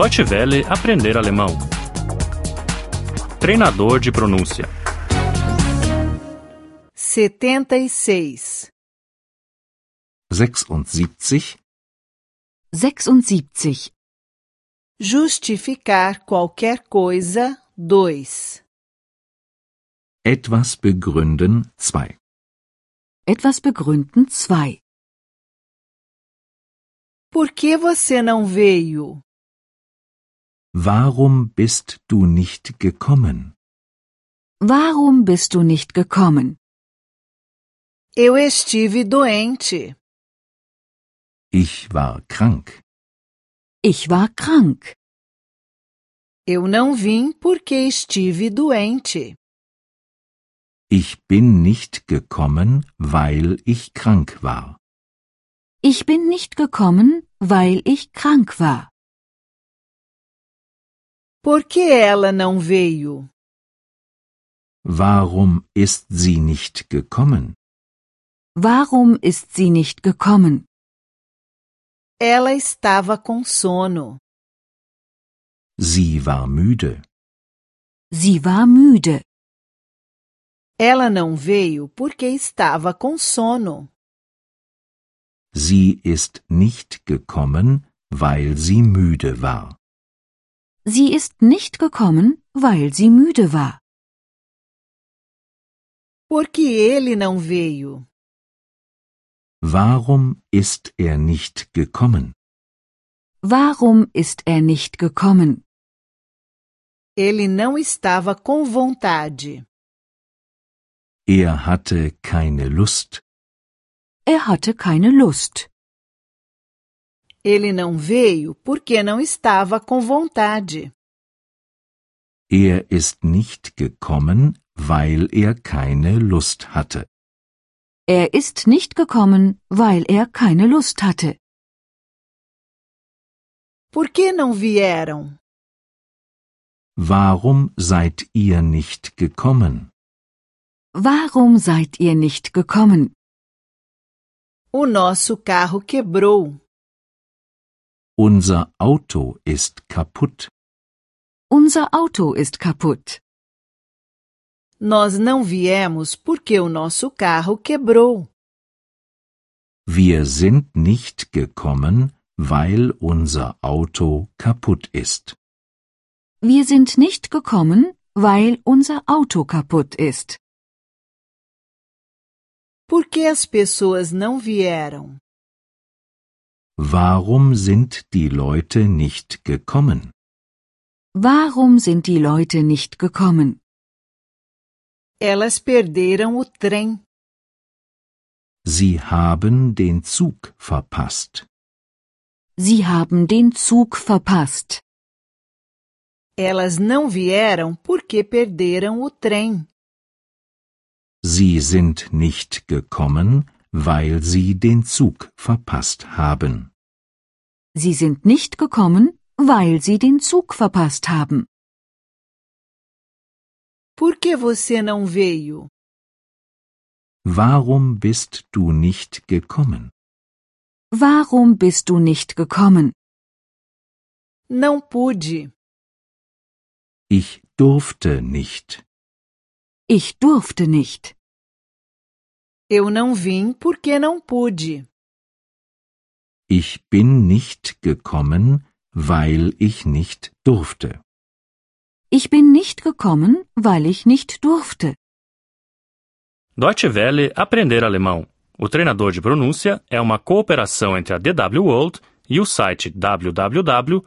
Deutsche Welle aprender alemão. Treinador de pronúncia. 76. 76. 76. Justificar qualquer coisa 2. Etwas begründen 2. Etwas begründen 2. Por que você não veio? Warum bist du nicht gekommen? Warum bist du nicht gekommen? Eu estive doente. Ich war krank. Ich war krank. Eu não vim porque estive doente. Ich bin nicht gekommen, weil ich krank war. Ich bin nicht gekommen, weil ich krank war. Por que ela não veio? Warum ist sie nicht gekommen? Warum ist sie nicht gekommen? Ela estava com sono. Sie war müde. Sie war müde. Ela não veio porque estava com sono. Sie ist nicht gekommen, weil sie müde war. Sie ist nicht gekommen, weil sie müde war. Por que ele não veio? Warum ist er nicht gekommen? Warum ist er nicht gekommen? Ele não estava com vontade. Er hatte keine Lust. Er hatte keine Lust. Ele não veio porque não estava com vontade. Er ist nicht gekommen, weil er keine Lust hatte. Er ist nicht gekommen, weil er keine Lust hatte. Por que não vieram? Warum seid ihr nicht gekommen? Warum seid ihr nicht gekommen? O nosso carro quebrou. Unser Auto ist kaputt. Unser Auto ist kaputt. Nós não viemos porque o nosso carro quebrou. Wir sind nicht gekommen, weil unser Auto kaputt ist. Wir sind nicht gekommen, weil unser Auto kaputt ist. Por que as pessoas não vieram? Warum sind die Leute nicht gekommen? Warum sind die Leute nicht gekommen? Elas perderam o trem. Sie haben den Zug verpasst. Sie haben den Zug verpasst. Elas não vieram porque perderam o trem. Sie sind nicht gekommen, weil sie den Zug verpasst haben. Sie sind nicht gekommen, weil sie den Zug verpasst haben. Por que você não veio? Warum bist du nicht gekommen? Warum bist du nicht gekommen? Não pude. Ich durfte nicht. Ich durfte nicht. Eu não vim porque não pude. Ich bin nicht gekommen, weil ich nicht durfte. Ich bin nicht gekommen, weil ich nicht durfte. Deutsche Welle aprender alemão. O treinador de pronúncia é uma cooperação entre a DW World e o site www.book2.de.